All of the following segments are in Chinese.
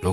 如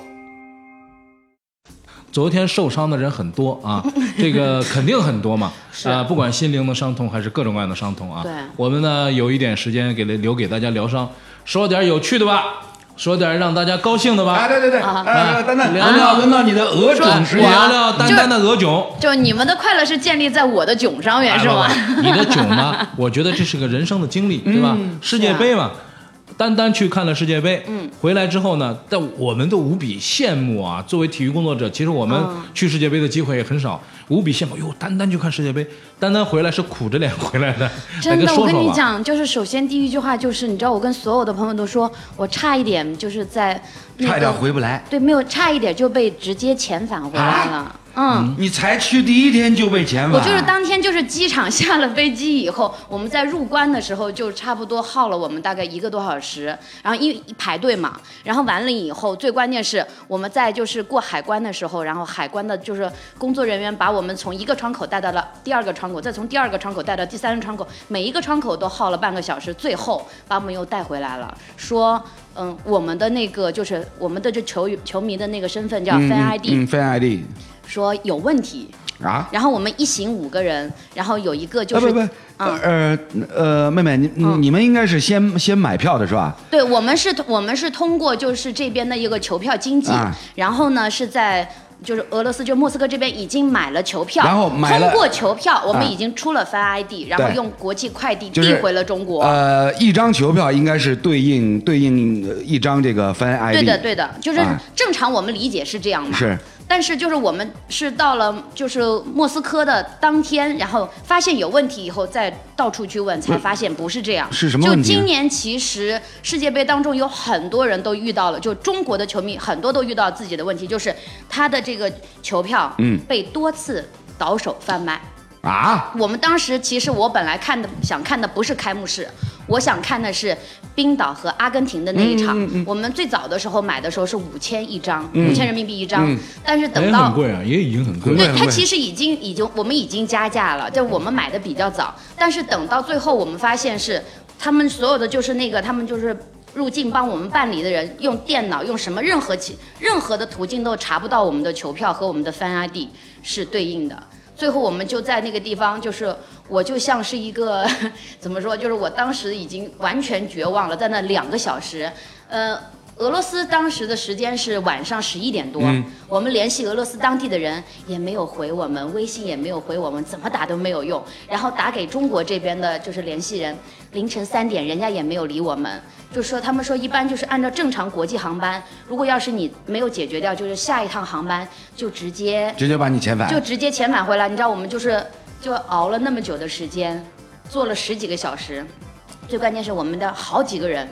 昨天受伤的人很多啊，这个肯定很多嘛，啊，不管心灵的伤痛还是各种各样的伤痛啊。对我们呢有一点时间给留给大家疗伤，说点有趣的吧，说点让大家高兴的哎，吧，啊对对对，啊哎，丹丹，聊轮聊到轮到你的鹅种时聊间，聊丹丹的鹅囧。就你们的快乐是建立在我的囧上面是吗？ 哎 不不你的囧呢？我觉得这是个人生的经历，嗯对吧？世界杯嘛，啊单单去看了世界杯，嗯，回来之后呢，但我们都无比羡慕啊。作为体育工作者，其实我们嗯去世界杯的机会也很少，无比羡慕。哟，单单去看世界杯，单单回来是苦着脸回来的，真来的，跟说我跟说你吧。讲，就是首先第一句话就是，你知道我跟所有的朋友都说，我差一点就是在、那个，差一点回不来。对，没有差一点就被直接遣返回来了。嗯，你才去第一天就被遣返，我就是当天就是机场下了飞机以后，我们在入关的时候就差不多耗了我们大概一个多小时，然后因为排队嘛，然后完了以后，最关键是我们在就是过海关的时候，然后海关的就是工作人员把我们从一个窗口带到了第二个窗口，再从第二个窗口带到第三个窗口，每一个窗口都耗了半个小时，最后把我们又带回来了，说。嗯，我们的那个就是我们的这球球迷的那个身份叫 fan 嗯 ID，、嗯，Fan ID 说有问题，啊，然后我们一行五个人，然后有一个就啊是，不不，呃呃，妹妹，你嗯你们应该是先先买票的是吧？对我们是，我们是通过就是这边的一个球票经济，啊然后呢是在。就是俄罗斯，就莫斯科这边已经买了球票，然后买了通过球票，我啊们已经出了 Fan ID，、然后对用国际快递就是递回了中国。呃，一张球票应该是对应对应呃一张这个 Fan ID，对的，对的，就是啊正常我们理解是这样嘛。是但是就是我们是到了就是莫斯科的当天，然后发现有问题以后，再到处去问，才发现不是这样。是什么就问题啊今年其实世界杯当中有很多人都遇到了，就中国的球迷很多都遇到自己的问题，就是他的这个球票嗯被多次倒手贩卖。啊，我们当时其实我本来看的想看的不是开幕式，我想看的是冰岛和阿根廷的那一场。嗯我们最早的时候买的时候是五千一张，五千人民币一嗯张，但是也等哎很到。贵啊，也已经很贵对了。，它其实已经已经我们已经加价了，就我们买的比较早，但是等到最后我们发现是他们所有的就是那个他们就是。入境帮我们办理的人用电脑用什么任何其任何的途径都查不到我们的球票和我们的 Fan ID 是对应的。最后我们就在那个地方，就是我就像是一个 怎么说，就是我当时已经完全绝望了，在那两个小时，呃，俄罗斯当时的时间是晚上十一点多，我们联系俄罗斯当地的人也没有回我们，微信也没有回我们，怎么打都没有用。然后打给中国这边的就是联系人，凌晨三点人家也没有理我们，就说他们说一般就是按照正常国际航班，如果要是你没有解决掉，就是下一趟航班就直接直接把你遣返就，直接遣返回来。你知道我们就是就熬了那么久的时间，坐了十几个小时，最关键是我们的好几个人。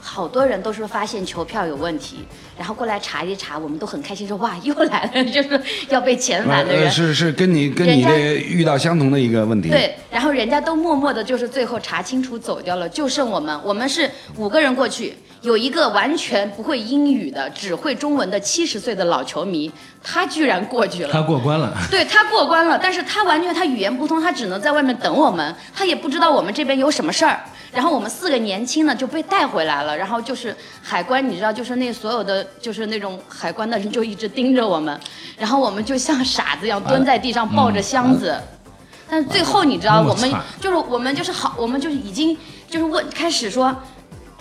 好多人都是发现球票有问题，然后过来查一查，我们都很开心说哇又来了， 就是要被遣呃返的人。呃是是跟你跟人你家这遇到相同的一个问题，对，然后人家都默默的，就是最后查清楚走掉了，就剩我们，我们是五个人过去，有一个完全不会英语的，只会中文的七十岁的老球迷，他居然过去了。他过关了， 对他过关了，但是他完全他语言不通，他只能在外面等我们，他也不知道我们这边有什么事儿。然后我们四个年轻的就被带回来了，然后就是海关，你知道，就是那所有的就是那种海关的人就一直盯着我们，然后我们就像傻子一样蹲在地上抱着箱子。但是最后你知道，嗯那么我们惨就是我们就是好，我们就是已经就是问开始说，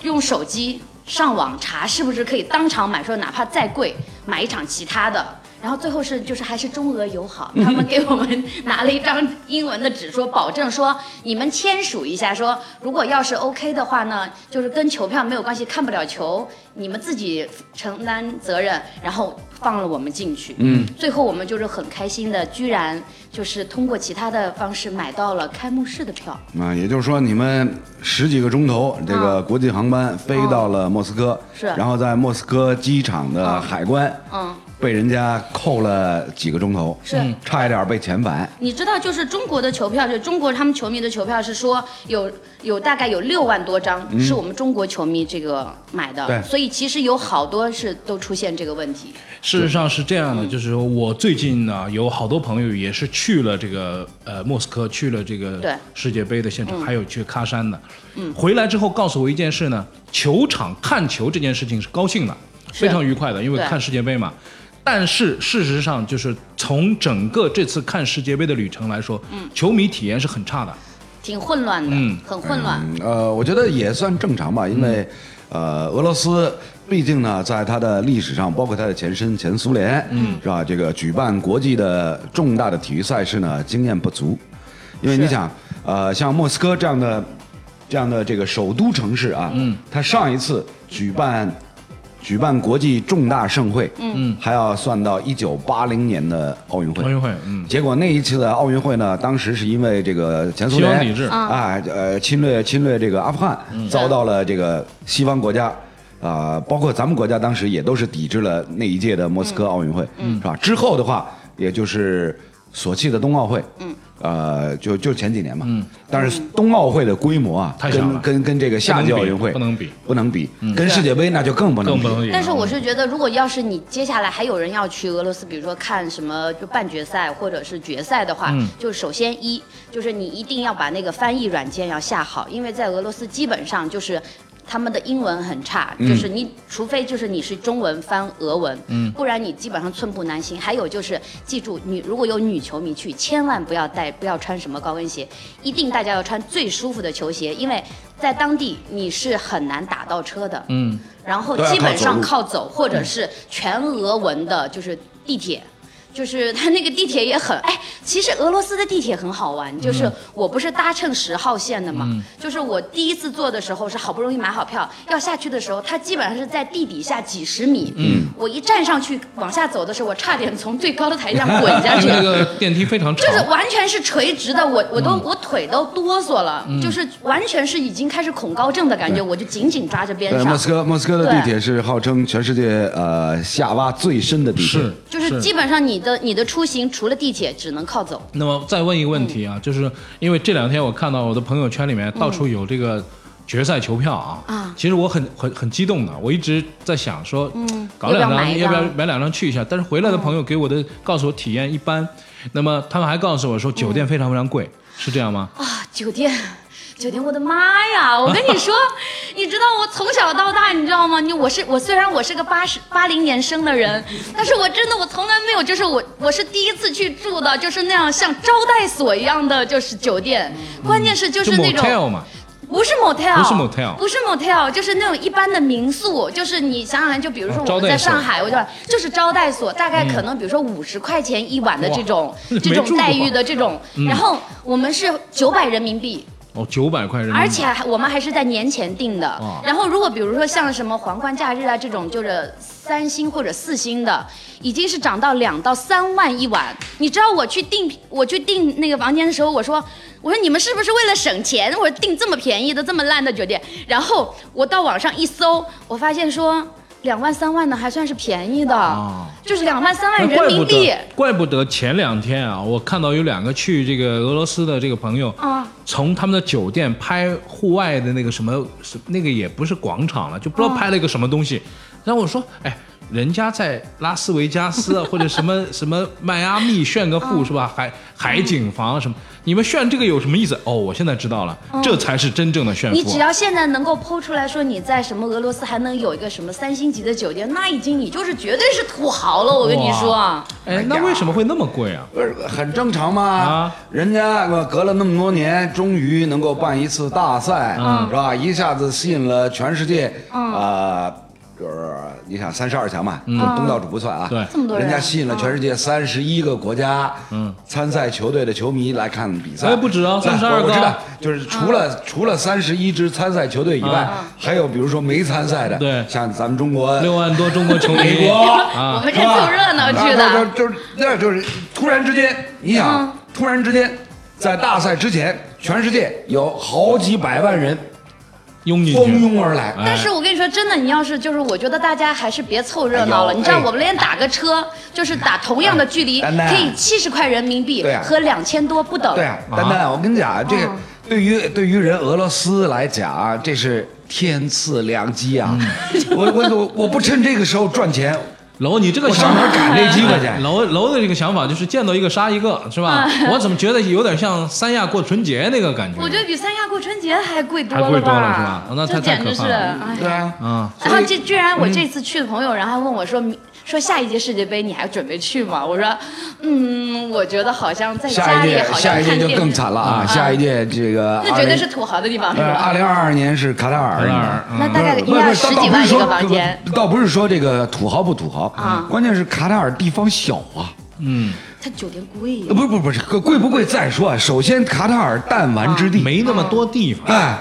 用手机上网查是不是可以当场买，说哪怕再贵买一场其他的。然后最后是就是还是中俄友好，他们给我们拿了一张英文的纸，说保证说你们签署一下，说如果要是 OK 的话呢，就是跟球票没有关系，看不了球，你们自己承担责任。然后放了我们进去，嗯，最后我们就是很开心的，居然就是通过其他的方式买到了开幕式的票。啊，也就是说你们十几个钟头，这个国际航班飞到了莫斯科，啊嗯是然后在莫斯科机场的海关，嗯，被人家扣了几个钟头，是嗯差一点被遣返。你知道，就是中国的球票，就中国他们球迷的球票是说有有大概有六万多张、是我们中国球迷这个买嗯对的，所以其实有好多是都出现这个问题。事实上是这样的，就是说我最近呢有好多朋友也是去了这个呃莫斯科，去了这对嗯个世界杯的现场，还有去喀山的。嗯，回来之后告诉我一件事呢，球场看球这件事情是高兴的，非常愉快的，因为对看世界杯嘛。但是事实上，就是从整个这次看世界杯的旅程来说，嗯球迷体验是很差的。挺混乱的，嗯很混乱。嗯呃，我觉得也算正常吧，因为、呃，俄罗斯毕竟呢，在它的历史上，包括它的前身前苏联，嗯，是吧？这个举办国际的重大的体育赛事呢，经验不足，因为你想，呃，像莫斯科这样的这样的这个首都城市啊，嗯，它上一次举办。举办国际重大盛会，嗯，还要算到一九八零年的奥运会。奥运会，嗯，结果那一次的奥运会呢，当时是因为这个前苏联西方抵制啊，呃，侵略侵略这个阿富汗，嗯遭到了这个西方国家。啊、包括咱们国家当时也都是抵制了那一届的莫斯嗯科奥运会，是吧？之后的话，也就是索契的冬奥会，嗯，呃，就就前几年嘛，嗯，但是冬奥会的规模啊，太小了跟跟跟这个夏季奥运会不能比不能比，跟世界杯那就更不能更比，不能比。但是我是觉得，如果要是你接下来还有人要去俄罗斯，比如说看什么就半决赛或者是决赛的话，嗯就首先一就是你一定要把那个翻译软件要下好，因为在俄罗斯基本上就是。他们的英文很差，就是你，除非就是你是中文翻俄文，不然你基本上寸步难行。还有就是记住，你如果有女球迷去，千万不要带，不要穿什么高跟鞋，一定大家要穿最舒服的球鞋，因为在当地你是很难打到车的，嗯，然后都要基本靠走上路靠走，或者是全俄文的，就是地铁。就是它那个地铁也很哎，其实俄罗斯的地铁很好玩。嗯就是我不是搭乘十号线的嘛，就是我第一次坐的时候是好不容易买好票，要下去的时候，它基本上是在地底下几十米。嗯，我一站上去往下走的时候，我差点从最高的台 上滚下因去。为那个嗯电梯非常长就，是完全是垂直的，我我都、我腿都哆嗦了，嗯就是完全是已经开始恐高症的感觉，我就紧紧抓着边对，上。呃莫斯科，莫斯科的地对铁是号称全世界呃下挖最深的地铁，是就是基本上你的你的出行除了地铁只能靠走，那么再问一个问题啊，嗯就是因为这两天我看到我的朋友圈里面到处有这个决赛球票啊，嗯啊其实我很很很激动的，我一直在想说，嗯，搞两要不要买张，一要张不要买两张去一下？但是回来的朋友给我的告诉我体验一般，那么他们还告诉我说酒嗯店非常非常贵，是这样吗？啊，酒店，酒店，我的妈呀！我跟你说，你知道我从小到大，你知道吗？你我是我虽然我是个八十八零年生的人，但是我真的我从来没有，就是我我是第一次去住的，就是那样像招待所一样的就是酒店，关键是就是那种 motel 嘛，不是不 motel，是 motel 不是 motel，就是那种一般的民宿，就是你想想看，就比如说啊招我待们在所嗯上海，我就就是招待所，大概可能比如说五十块钱一晚的这种哇这 没住种过嗯待遇的这种，然后我们是九百人民币，哦，九百块人民币，而且还我们还是在年前定的。然后如果比如说像什么皇冠假日啊这种，就是三星或者四星的，已经是涨到两到三万一晚。你知道我去订我去订那个房间的时候，我说我说你们是不是为了省钱，我说订这么便宜的这么烂的酒店？然后我到网上一搜，我发现说。两万三万的还算是便宜的，哦就是两万三万那人怪民不币得，怪不得前两天啊，我看到有两个去这个俄罗斯的这个朋友啊，从他们的酒店拍户外的那个什么，是那个也不是广场了，就不知道拍了一个什么东啊西。然后我说，哎，人家在拉斯维加斯啊或者什 么什么迈阿密炫个啊户是吧？海海景房啊什么，你们炫这个有什么意思？哦，我现在知道了，这才是真正的炫富。啊啊你只要现在能够剖出来说你在什么俄罗斯还能有一个什么三星级的酒店，那已经你就是绝对是土豪了。我跟你说啊，哎，那为什么会那么贵啊？不是很正常吗？啊人家呃隔了那么多年，终于能够办一次大赛，啊是吧？一下子吸引了全世界，啊、就是你想三十二强嘛，东道主不算啊，嗯对这么多人啊家吸引了全世界三十一个国家，嗯，参赛球队的球迷来看比赛，哎不止啊对32个我知道，就是除了、啊除了三十一支参赛球队以外，还有比如说没参赛的，啊对像咱们中国六万多中国球迷，哎美国啊，我们这凑热闹去啊的，就是那就是突然之间，你想，嗯突然之间，在大赛之前，全世界有好几百万人拥进蜂去。拥而来。哎但是我跟你说，真的，你要是就是，我觉得大家还是别凑热闹了。哎呦你知道，我们连打个车，就是打同样的距离，哎丹丹可以七十块人民币对啊和两千多不等。对啊，丹丹，我跟你讲，这个嗯对于对于人俄罗斯来讲，啊这是天赐良机啊！ 我我我我不趁这个时候赚钱，楼，你这个我想上哪儿法，赶这机会去？哎楼楼的这个想法就是见到一个杀一个，是啊吧？我怎么觉得有点像三亚过春节那个感觉？我觉得比三亚过春节还贵多还贵多吧？了是吧哦那这太太简可直怕是，了哎 对啊，啊，然后这居然我这次去的朋友，然后还问我说明说下一届世界杯你还准备去吗？我说，嗯，我觉得好像在下家一里届好像下一看届就电更视，惨了啊！下一届这个呃那绝对是土豪的地方是吧？二零二二年是卡塔尔，有点儿嗯嗯那大概不应该是不要是十倒几不是万一说个房间，倒不是说这个土豪不土豪嗯啊关键是卡塔尔地方小啊。嗯，它酒店贵呀呃。不是不是不是，贵不贵再说啊。首先，卡塔尔弹丸之地，啊嗯没那么多地方。哎，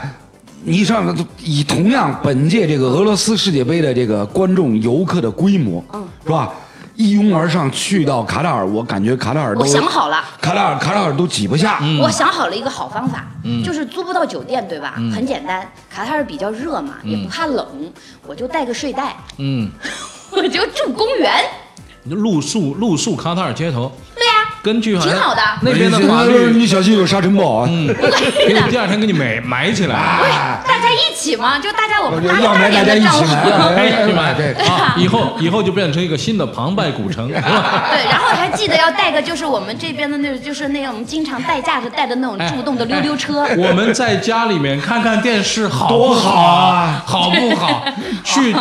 你上以同样本届这个俄罗斯世界杯的这个观众游客的规模，嗯是吧？一拥而上去到卡塔尔，我感觉卡塔尔都我想好了，卡塔尔卡塔尔都挤不下。嗯我想好了一个好方法，就是租不到酒店，对吧？很简单，卡塔尔比较热嘛，也不怕冷，我就带个睡袋，嗯， 我就住公园。露宿露宿卡塔尔街头，对呀，根据好像挺好的那边的法你律，你小心有沙尘暴啊！嗯，给你第二天给你埋埋起来。哎，大家一起嘛，就大家我我们觉搭得个要大买大点家的一帐 起买，篷。要买哎，要是买吧？对。啊，以后以后就变成一个新的庞拜古 城，是吧？对，然后还记得要带个，就是我们这边的那种，就是那种我们经常代驾时带的那哎种助动的溜溜车。我们在家里面看看电视，好不多好啊，好不好？ 去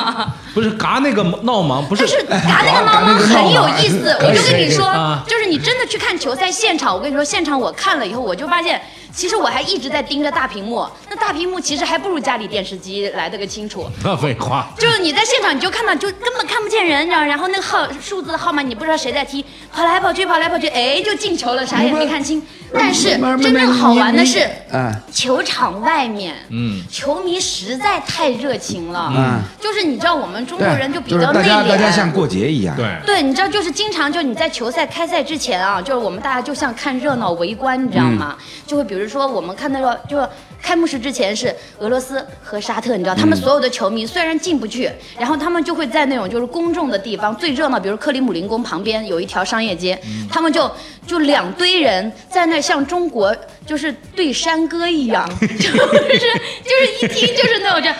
不是嘎那个闹忙，不是但是嘎那个猫嘎那猫个很闹有忙意思，可以我就跟你说可以啊，就是你真的去看球赛现场，我跟你说，现场我看了以后，我就发现，其实我还一直在盯着大屏幕，那大屏幕其实还不如家里电视机来的个清楚。那 废话，就是你在现场，你就看到，就根本看不见人，然后然后那个号数字的号码，你不知道谁在踢，跑来跑去，跑来跑去，哎，就进球了，啥也没看清。但是真正好玩的是，哎，球场外面，嗯，球迷实在太热情了，嗯，就是你知道我们中国对，人就比是较内大家大家像敛。过节一样。对，对，你知道，就是经常，就你在球赛开赛之前啊，就是我们大家就像看热闹围观，你知道吗？就会比如说我们看到了，就是开幕式之前是俄罗斯和沙特，你知道，他们所有的球迷虽然进不去，然后他们就会在那种就是公众的地方最热闹，比如克里姆林宫旁边有一条商业街，他们就就两堆人在那像中国就是对山歌一样， 就是就是一听就是那种这样。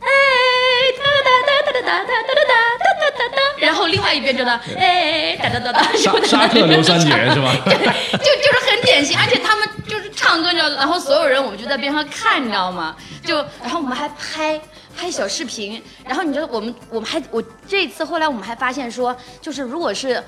哎，哒哒哒哒哒哒哒哒哒哒哒哒，然后另外一边就呢，哎，哒哒哒哒，沙沙特刘三姐是吧？ 就就是很典型，而且他们就是唱歌，你知道，然后所有人我们就在边上看，你知道吗？就然后我们还拍拍小视频，然后你知道我们我们还我这次后来我们还发现说，就是如果是。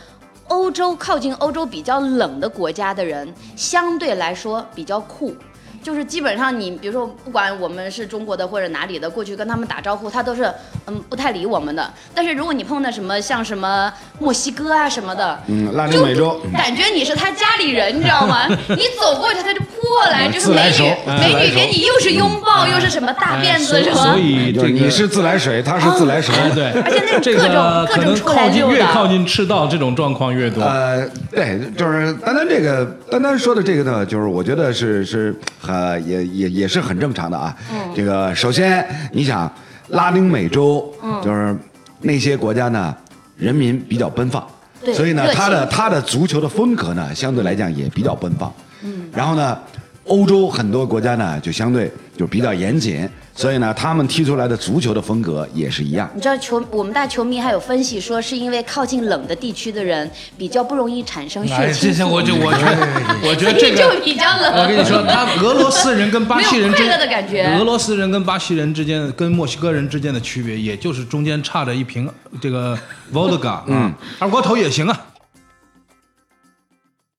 欧洲靠近欧洲比较冷的国家的人，相对来说比较酷，就是基本上你比如说不管我们是中国的或者哪里的，过去跟他们打招呼，他都是嗯不太理我们的。但是如果你碰到什么像什么墨西哥啊什么的，嗯，拉丁就美洲。感觉你是他家里人，你知道吗？你走过去，他就过来，就是自来美熟女，嗯美女给你又是拥抱，又是什么大辫子，哎是所吧所？以就是这你个是自来水，他是自来熟。哎对，而且那种这各个种各可能种出来靠近溜越的，靠近赤道，这种状况越多。呃，对，就是丹丹这个，丹丹说的这个呢，就是我觉得是是呃，也也也是很正常的啊。嗯这个首先你想，拉丁美洲，嗯就是那些国家呢，人民比较奔放，对所以呢热，情他的他的足球的风格呢，相对来讲也比较奔放。嗯，然后呢。欧洲很多国家呢，就相对就比较严谨，所以呢，他们踢出来的足球的风格也是一样。你知道球，我们大球迷还有分析说，是因为靠近冷的地区的人比较不容易产生血清素，哎我就我觉得，我觉得所这以就个。比较我跟你冷。说，他俄罗斯人跟巴西人之没有快乐的感觉俄罗斯人跟巴西人之间、跟墨西哥人之嗯间的区别，也就是中间差着一瓶这个 vodka 啊，二锅头也行啊，